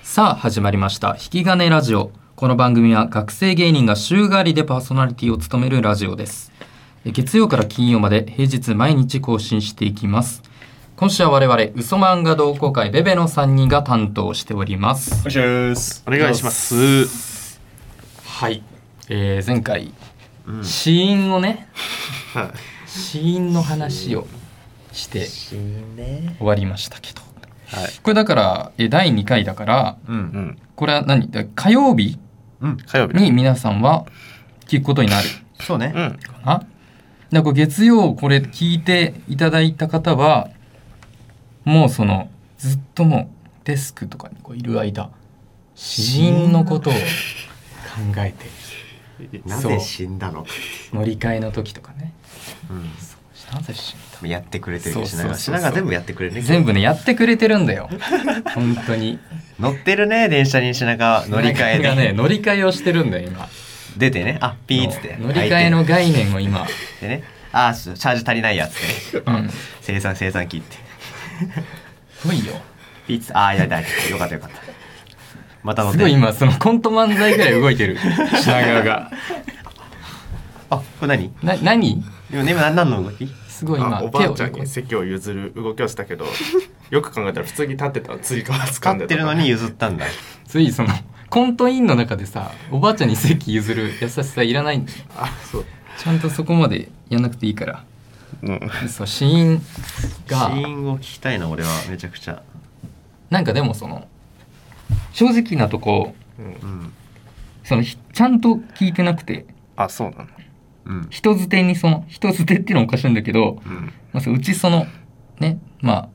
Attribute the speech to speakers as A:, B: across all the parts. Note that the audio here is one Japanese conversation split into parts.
A: さあ始まりました「引き金ラジオ」この番組は学生芸人が週替わりでパーソナリティを務めるラジオですえ月曜から金曜まで平日毎日更新していきます今週は我々嘘漫画同好会ベベの3人が担当しております
B: お願いします。
C: お願いします。
A: はい、えー、前回、死因をね
C: は
A: 死因の話をして
B: 死因ね。
A: 終わりましたけど
C: はい。
A: これだからえ第2回だから
B: うん。
C: ん。
A: これは何だ火曜日
B: うん。
C: 火曜日ね。
A: に皆さんは聞くことになる
B: そうね。
C: うん。
A: かな。だから月曜これ聞いていただいた方はもうそのずっともうデスクとかにこういる間詩人のことを考えて
D: な
A: そう
D: ぜ死んだのか、
A: 乗り換えの時とかね
D: うん、
A: なぜ死んだ
D: 多分やってくれてる
A: そう
D: よ
A: そ
D: 品
A: うそうそう
D: 川品川全部やってくれるね
A: 全部ねやってくれてるんだよ本当に
D: 乗ってるね電車に品 川乗り換え
A: が
D: で、
A: ね乗り換えをしてるんだよ今
D: 出てねあピーっつって
A: 乗り換えの概念を今、
D: でねあちょっとチャージ足りないやっつっ てね
A: うん、
D: 生産生産切って
A: すごいよ
D: ピーっつってあーいやだいよかったよかったまた乗っ
A: す
D: て
A: ごい今そのコント漫才ぐらい動い てる品川が
D: あこれ何
A: な何
D: 今今何何の動き
A: すごい今
B: あおばあちゃん
A: 手を
B: に席を譲る動きをしたけど、よく考えたら普通に立ってたら追加は掴ん
D: 買
B: で
D: って
B: た
D: る
B: から。
D: のに譲ったんだ
A: ついそのコントインの中でさおばあちゃんに席譲る優しさいらないんだよ
B: あ、そう。
A: ちゃんとそこまでやんなくていいから
C: うん。
A: そう死因
D: シ
A: が
D: ーンを聞きたいな俺はめちゃくちゃ
A: なんかでもその正直なとこ
B: うん
D: う。ん
A: そのひちゃんと聞いてなくて
C: あ、そうなの。
D: うん
A: 人づてにその人づてっていうのはおかしいんだけど、
D: うん
A: まあ、そううちそのねまあ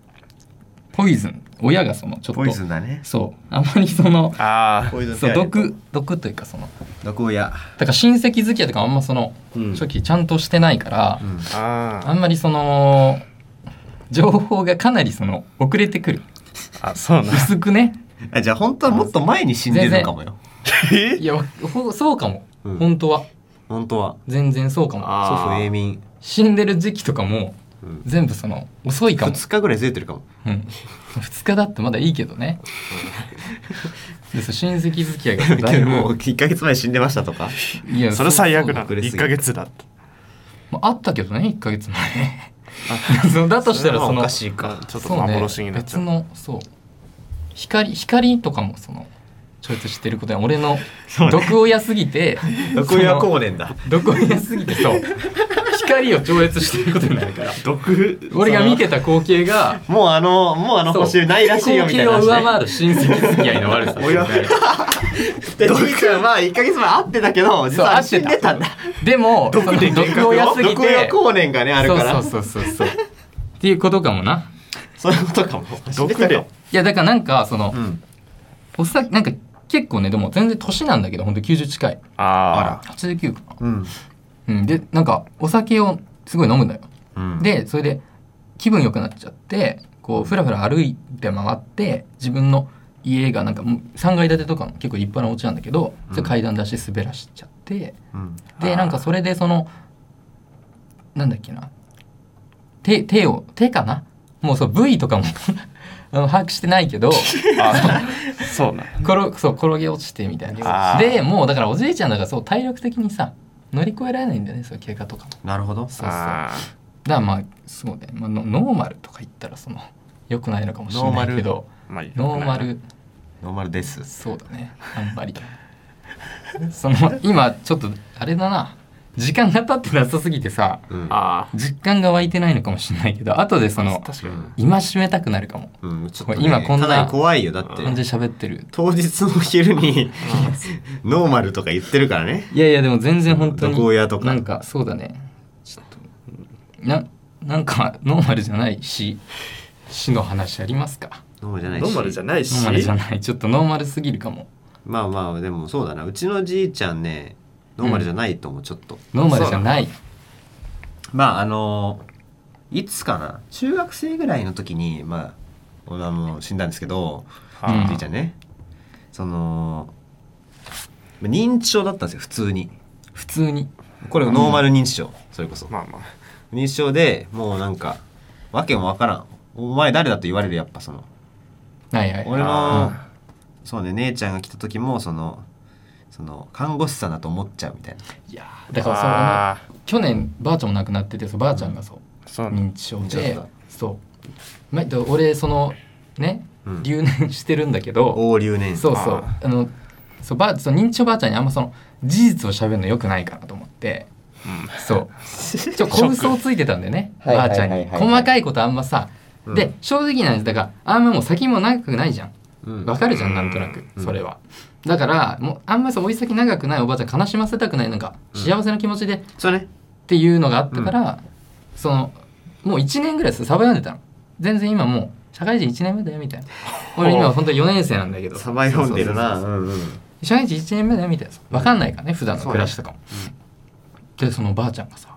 A: ポイズン親がそのちょっと
D: ポイズンだね
A: そうあまりその
C: あ
D: ポイズン
A: そう
D: 手当て
A: 毒毒というかその
D: 毒親
A: だから親戚付き合いとかあんまその
D: うん
A: 初期ちゃんとしてないから、
D: うん
A: あ
B: あ
A: んまりその情報がかなりその遅れてくる
C: あ。あ、そうなの。
A: 薄くね
D: あじゃあ本当はもっと前に死んでるのかもよ
C: え
A: いやわほそうかも、
D: うん
A: 本当は
D: 本当は
A: 全然そうかも
B: あ
D: 祖
B: ー
D: 父永眠
A: 死んでる時期とかも全部その遅いかも、
D: 2日ぐらいずれてるかも
A: うん、2日だってまだいいけどねでそう親戚付き合いがだい
D: で
A: ぶ
D: もう1ヶ月前死んでましたとか
A: いや
B: あ。それ最悪な
D: そうそう
B: の。一ヶ月だった。
A: まああったけどね1ヶ月前 そのだとしたらそ
D: れはお
A: の
D: かしいか
B: ちょっと幻になっちゃ。
A: そうね、別のそう光光とかもそのちょいと知ってることや俺の
D: そうね
A: 毒親すぎて
D: 毒親こぼれんだ
A: その毒親すぎてそう光を超越してることになる から
D: 毒
A: 俺が見てた光景が
D: もうあのもうあの
A: そう
D: 星ないらしいよみたいな
A: 光景を上
D: 話
A: 回る親戚付き合いの悪さ
D: 親で毒ちゃんは1ヶ月前会ってたけど実
A: そう合
D: は
A: っ
D: 死
A: て
D: んでたんだ
A: たでもそ の毒親すぎ
D: 毒親
A: て
D: 光年がねあるから
A: そうそうそうそうそうっていうことかもな
D: そういうことかも
B: 毒で
A: いやだからなんかその、
D: うん
A: おさなんか結構ねでも全然年なんだけどほんと90近い
C: あ
A: 89かな
D: うん
A: うん、でなんかお酒をすごい飲むんだよ、
D: うん
A: でそれで気分良くなっちゃってこうふらふら歩いて回って自分の家がなんかもう3階建てとかの結構立派なお家なんだけどそれ階段出して滑らしちゃって、
D: うん
A: でなんかそれでそのなんだっけな手手を手かなもうそう部位とかも あの把握してないけど
C: あ。ああ。そうなの。
A: 転そう転げ落ちてみたいな
C: あー
A: でもうだからおじいちゃんだからそう体力的にさ乗り越えられないんだよねそういう怪我とかも
D: なるほど
A: そうそう
C: あ
A: だからまあそうね、まあ、ノノーマルとか言ったらその 良くないのかもしれないけど
C: あ。まあ、
A: ノーマ。ル
D: ノーマルです
A: そうだねあんまりその今ちょっとあれだな時間が経ってなさすぎてさ
D: うん
B: あ
A: 実感が湧いてないのかもしれないけど後でそ
B: あ。
A: の
B: 確かに。
A: 戒めたくなるかも
D: うんちょっとね
A: 今こんな
D: かり怖いよだって
A: 感じで喋ってる
D: 当日の昼に ノーマルとか言ってるからね
A: いやいやでも全然本当に
D: 毒親とか
A: なんかそうだねちょっとななんかノーマルじゃないし死の話ありますか
D: ノーマルじゃないし
B: ノーマルじゃない
A: ノ
B: し。
A: ーマルじゃないちょっとノーマルすぎるかも
D: まあまあでもそうだなうちのじいちゃんねノーマルじゃないと思うちょっと、
A: ノーマルじゃない
D: まああのいつかな中学生ぐらいの時にまあ俺はもう死んだんですけど
A: うん
D: じいちゃんねそのまあ認知症だったんですよ普通に
A: 普通に
D: これがノーマル認知症、それこそ
B: まあまあ。
D: 認知症でもうなんかわけもわからんお前誰だと言われるやっぱその
A: はいはい
D: 俺の
A: あ
D: そうね姉ちゃんが来た時もそのその看護師さんだと思っちゃうみたいない
A: やーだから
C: あ
A: そう去年ばあちゃんも亡くなっててそうばあちゃんがそ
C: ー
A: う、
C: そうなん
A: 認知症
D: 認知症
A: で
D: だ
A: そう、ま、で俺そのね
D: うん
A: 留年してるんだけど、
D: 大留年
A: そうそうあ
C: あ
A: のそうばあその認知症ばあちゃんにあんまその事実を喋るのよくないかなと思って そうちょ小嘘をついてたんでね
D: はい
A: ば
D: は
A: あ
D: いはい
A: ち
D: は
A: ゃ
D: い
A: ん
D: はい
A: に細かいことあんまさ、
D: うん
A: で正直なんですだからあんまもう先も長くないじゃん
D: うん
A: わかるじゃんなんとなくそれは、だからもうあんまりさ追い先長くないおばあちゃん悲しませたくないなんか幸せな気持ちで
D: そうね
A: っていうのがあったから、そのもう1年ぐらいサバ読んでたの全然今もう社会人1年目だよみ たいな俺今本当に4年生なんだけど
D: サバ読んでるな
A: そう
D: う
A: そうそ
D: んうん
A: う社会人1年目だよみたいな分かんないからね普段の暮らしとかも、でそのばあちゃんがさ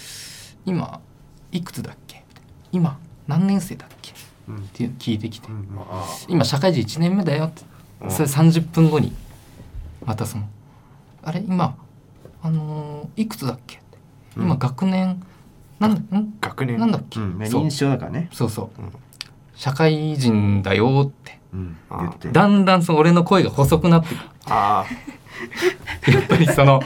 A: 「今いくつだっけ?」今何年生だっけ?」っていうの聞いてきて
D: うん
A: 「今社会人1年目だよ」ってそれ30分後にまたその「あれ今あのーいくつだっけ?」って今学年なんだん
B: 学年
A: なんだっけ、
D: うん
A: そう
D: 認知症だからね
A: そうそう、
B: うん
A: 社会人だよって
D: うん
B: あー
D: 言って
A: だんだんその俺の声が細くなってく
B: あ
A: るやっぱりその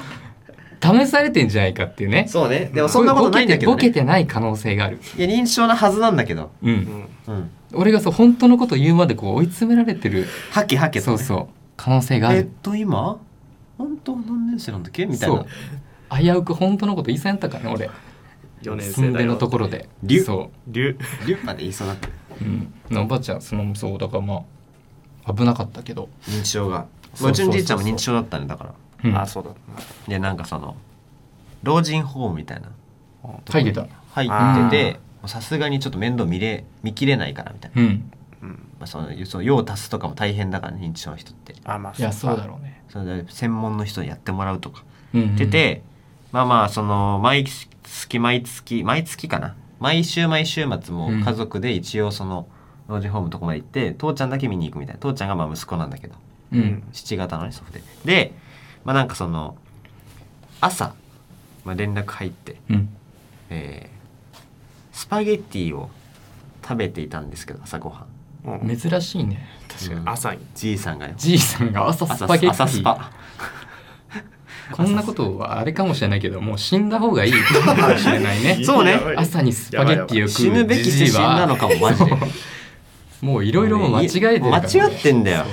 A: 試されてんじゃないかっていうね
D: そうねでもそんなことないんだけど
A: ボケてボケて
D: ね
A: ない可能性がある
D: いや認知症なはずなんだけど
A: う
B: あ、うんん、
D: うん
A: 俺がそう本当のことを言うまでこう追い詰められてる
D: はけはけと
A: そ
D: ね
A: うそう可能性があ
D: えっ
A: る
D: と今本当は何年生なんだっけみたい
A: そ
D: な
A: う危うく本当のこと言いそうになったからね俺
B: 四年
A: 住
B: 生
A: ん
B: だ
A: で
B: よ
A: のところで
D: リュ
A: そ
B: 流
D: リュッパで言いそうだった
A: う、うん、なおばあちゃんそのそうだからまあ危なかったけど、
D: 認知症が
A: そうそうそうそう
D: まあうちのじいちゃんも認知症だったねだから
A: うん、
B: あそうだ
D: でなんかその老人ホームみたいな
A: 書いてた
D: 入
B: あ
D: っててもうさすがにちょっと面倒見れ見きれないからみたいな、
A: うん
C: うん
D: まあ、そのその用を足すとかも大変だから認知症の人って
C: あまあ
A: いやそうだ
C: う
A: ろうね
D: それで専門の人にやってもらうとか
A: うんうん
D: 出て、まあまあその毎月毎月毎月かな毎週毎週末も
A: うん
D: 家族で一応その老人ホームのとこまで行って父ちゃんだけ見に行くみたいな父ちゃんがまあ息子なんだけど
A: うん
D: 父方のね祖父ででまあなんかその朝、まあ、連絡入って、
A: うん
D: えースパゲッティを食べていたんですけど朝ごはん
B: うん
A: 珍しいね
B: 確かに朝に
D: じいさんがよ
A: じいさんが朝ス
D: 朝
A: パゲッテ
D: 朝ス
A: ィ
D: パ
A: こんなことはあれかもしれないけどもう死んだ方が いいかもしれないね
D: そうね
B: やばい
A: 朝にスパゲッティを
D: 死
A: 食
D: ぬ
A: う
D: べき
A: じ
D: し
A: じ
D: て
A: い
D: 死んだの
A: は
D: かもマ ジで
A: もういろいろ間違えてるからね
D: 間違ってんだよ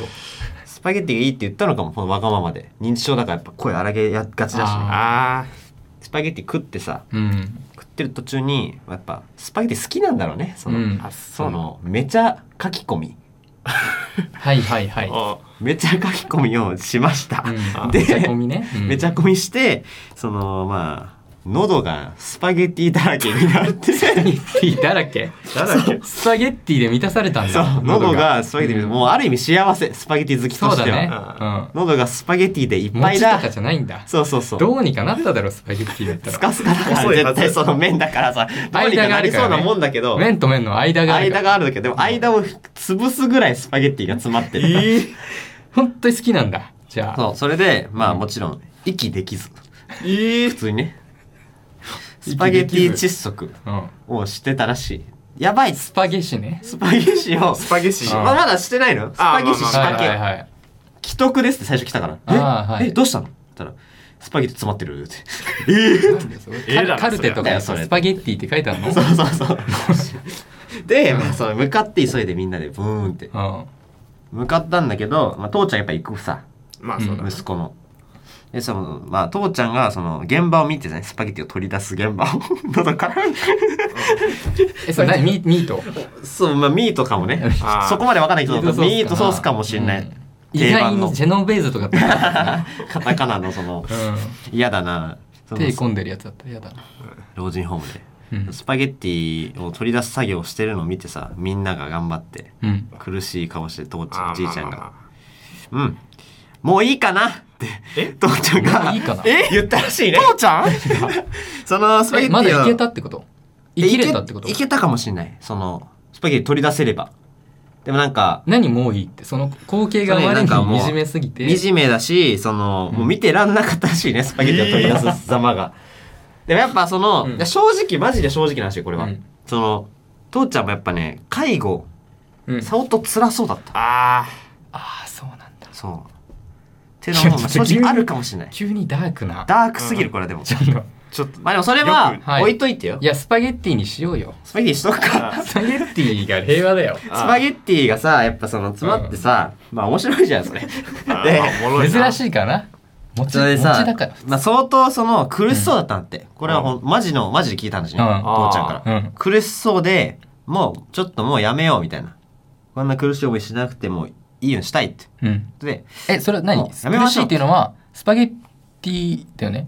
D: スパゲッティがいいって言ったのかもこのわがままで認知症だからやっぱ声荒げやがちだし
A: あ
D: ね
B: あ
D: スパゲッティ食ってさ
A: うん
D: 食ってる途中にやっぱスパゲッティ好きなんだろうねその、
A: うん
B: ーあそ
D: そう
B: なの
D: のめちゃ書き込み
A: はいはいはい
B: あ
D: めちゃ書き込みをしました、
A: うん
D: で
A: めちゃ込みねうん
D: めちゃ込みしてそのまあ喉がスパゲッティだらけになっ て
A: スパゲッティだらけ
B: なんだっけ
A: スパゲッティで満たされたん
D: そう
A: だ
D: 喉がスパゲッティで、
A: うん
D: もうある意味幸せスパゲッティ好きと
A: そう
D: し
A: だ
D: ては、
A: ね
D: 喉がスパゲッティでいっ
A: うん
D: ぱい
A: 餅と
D: だ
A: かじゃないんだ
D: そうそうそう
A: どうにかなっただろスパゲッティだった
D: ス
A: ら
D: カスカだか
B: 細
D: ら
B: いは
D: 絶
B: ず
D: 対その麺だからさどうにかなりそうなもんだけど、
A: 麺と麺の間があるか
D: 間
A: ら
D: があるんだけどでも間を潰すぐらいスパゲッティが詰まってる、
A: 本当に好きなんだじゃあ
D: そうそれでまあもちろん息できず
B: い
D: 普通にね
A: 息できず
D: スパゲッティ窒息
A: うん
D: をしてたらしいやばい
A: スパゲシね
D: スパゲッシを
B: スパゲシ
A: あ
B: ー
D: まあまだしてないのスパゲッシ
B: あ
D: 仕
B: まあ
D: 掛
A: はいはい
D: け
A: はい
D: 既得ですって最初来たから「え、
A: あーはい
D: えどうしたの?」って言ったら「スパゲッティ詰まってる」って「
A: なんでそれ
B: ええだろ
A: カルテとかに
D: それ
A: スパゲッティって書いてあるの
D: そうそうそうで、まあ、その向かって急いでみんなでブーンって
A: うん
D: 向かったんだけど、まあ、父ちゃんやっぱ行くさ
B: まあそうだね
D: 息子の。でそのまあ父ちゃんがその現場を見てねスパゲッティを取り出す現場を 喉から
A: えそれ何ミミート
D: そうまあミートかもね
B: あー
D: そこまで分かんないけど
A: ミートソースかな
D: ミートソースかもしれない、
A: うん意
D: 定
A: 外
D: 番の
A: にジェノベーゼとかって書いてあ
D: カタカナのその
A: るうん
D: 嫌だなその
A: 手込んでるやつだったら嫌だな
D: 老人ホームで、
A: うん
D: スパゲッティを取り出す作業をしてるのを見てさみんなが頑張って
A: うん
D: 苦しい顔して父ちゃ
B: あ
D: んじいちゃん
B: まあ
D: が
B: まあま
D: 「うんもういいかな」って
B: え
D: 父ちゃんが
A: もういいかな
D: え言ったらしいね
C: 父ちゃん
D: そのスパゲ
A: え
D: ッティを
A: まだいけたってこと生きれたってこと
D: いけいけたかもしれないそのスパゲッティ取り出せればでもなんか
A: 何もういいってその光景があまりに惨めすぎて
D: 惨めだしその、
A: うん
D: もう見てらんなかったらしいねスパゲッティを取り出すざまが、でもやっぱその、
A: うん
D: いや正直マジで正直な話よこれは、
A: うん
D: その父ちゃんもやっぱね介護
A: うん
D: 相当辛そうだった、
B: ああ
A: ああそうなんだ
D: そうっていうのもまあ正直あるかもしれない
A: 急にダークな
D: ダークすぎるこれでも
A: ジャンル
B: ちょっと
D: まあでもそれ
B: よ
D: は
A: くはい
D: 置いといてよ
A: いやスパゲッティにしようよ
D: スパゲッティしとくか
A: スパゲッティが平和だよ
D: スパゲッティがさやっぱその詰まってさまあ面白いじゃんそれで
B: あーおもろい な
A: 珍しいかな持ち
D: それ
A: 持
D: で
A: ち
D: さ
A: だから、
D: まあ、相当その苦しそうだったんだって、これはほんマジのマジで聞いたんですね、
A: うん
D: 父ちゃんから、
A: うん
D: 苦しそうでもうちょっともうやめようみたいなこんな苦しい思いしなくてもいいようにしたいって
A: うん、
D: で
A: えそれ何
D: もう
A: 苦し
D: やめましょ
A: いうっていうのはスパゲッティだよね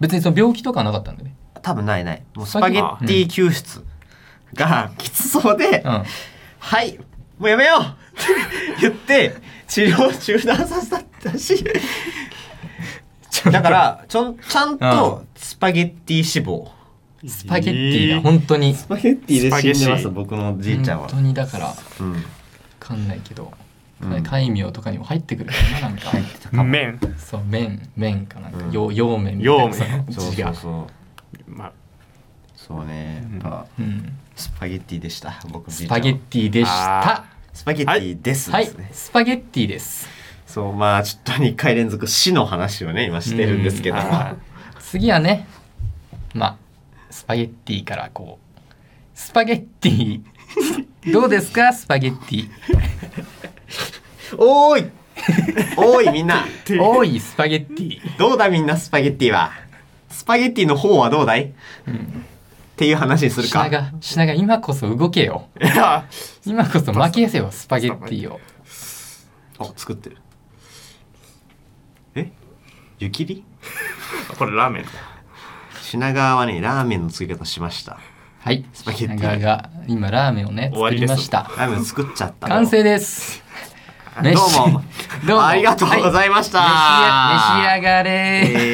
A: 別にその病気とかはなかったんだよね
D: 多分ないないもう
A: そ
D: ス
A: う
D: パ
A: いう
D: ゲ
A: の
D: ッティ救出がきつそうで、
A: うん
D: はいもうやめようって言って治療を中断させたらしいだからちょんちゃんとスパゲッティ死亡
A: スパゲッティ
B: え
A: が
B: ー
A: 本当に
D: スパゲッティで死んでま
B: スパゲシ
D: す僕のじいちゃん
A: 本
D: は
A: 当、にだからわ
D: うん
A: かんないけど
D: うん
A: 戒名とかにも入ってくるからななんか
C: 麺
A: そう麺麺かなんか
D: うん
A: よ陽麺みたいなさ
B: 陽
D: そう
A: 字
D: そう
A: が
D: そう
B: まあ
D: そうねやっぱ
A: うん
D: スパゲッティでした僕のじ
A: ス
D: いちゃん
A: パ
D: は
A: ゲッティでした
B: あ
D: スパゲッティです
A: は
D: で
A: い
D: すね、
A: スパゲッティです
D: そうまあちょっと2回連続死の話をね今してるんですけども
A: うんあ次はねまあスパゲッティからこうスパゲッテ ィどうですかスパゲッティ
D: おーいおーいみんな
A: 多いスパゲッティ
D: どうだみんなスパゲッティはスパゲッティの方はどうだい、っていう話にするか
A: 品が品が今こそ動けよ
B: いや
A: 今こそ負けせよスパゲッティを
D: お作ってるえ湯切り
B: これラーメン
D: 品川はねラーメンの作り方しました
A: はい
D: スパゲッティ
A: 品川が今ラーメンをね
B: 終わ
A: 作り
B: りで
A: ま
B: す
A: した
D: ラーメン作っちゃった
A: 完成です
D: どうも
A: どうも
D: ありがとうございました
A: は召し召し上がれ、
D: え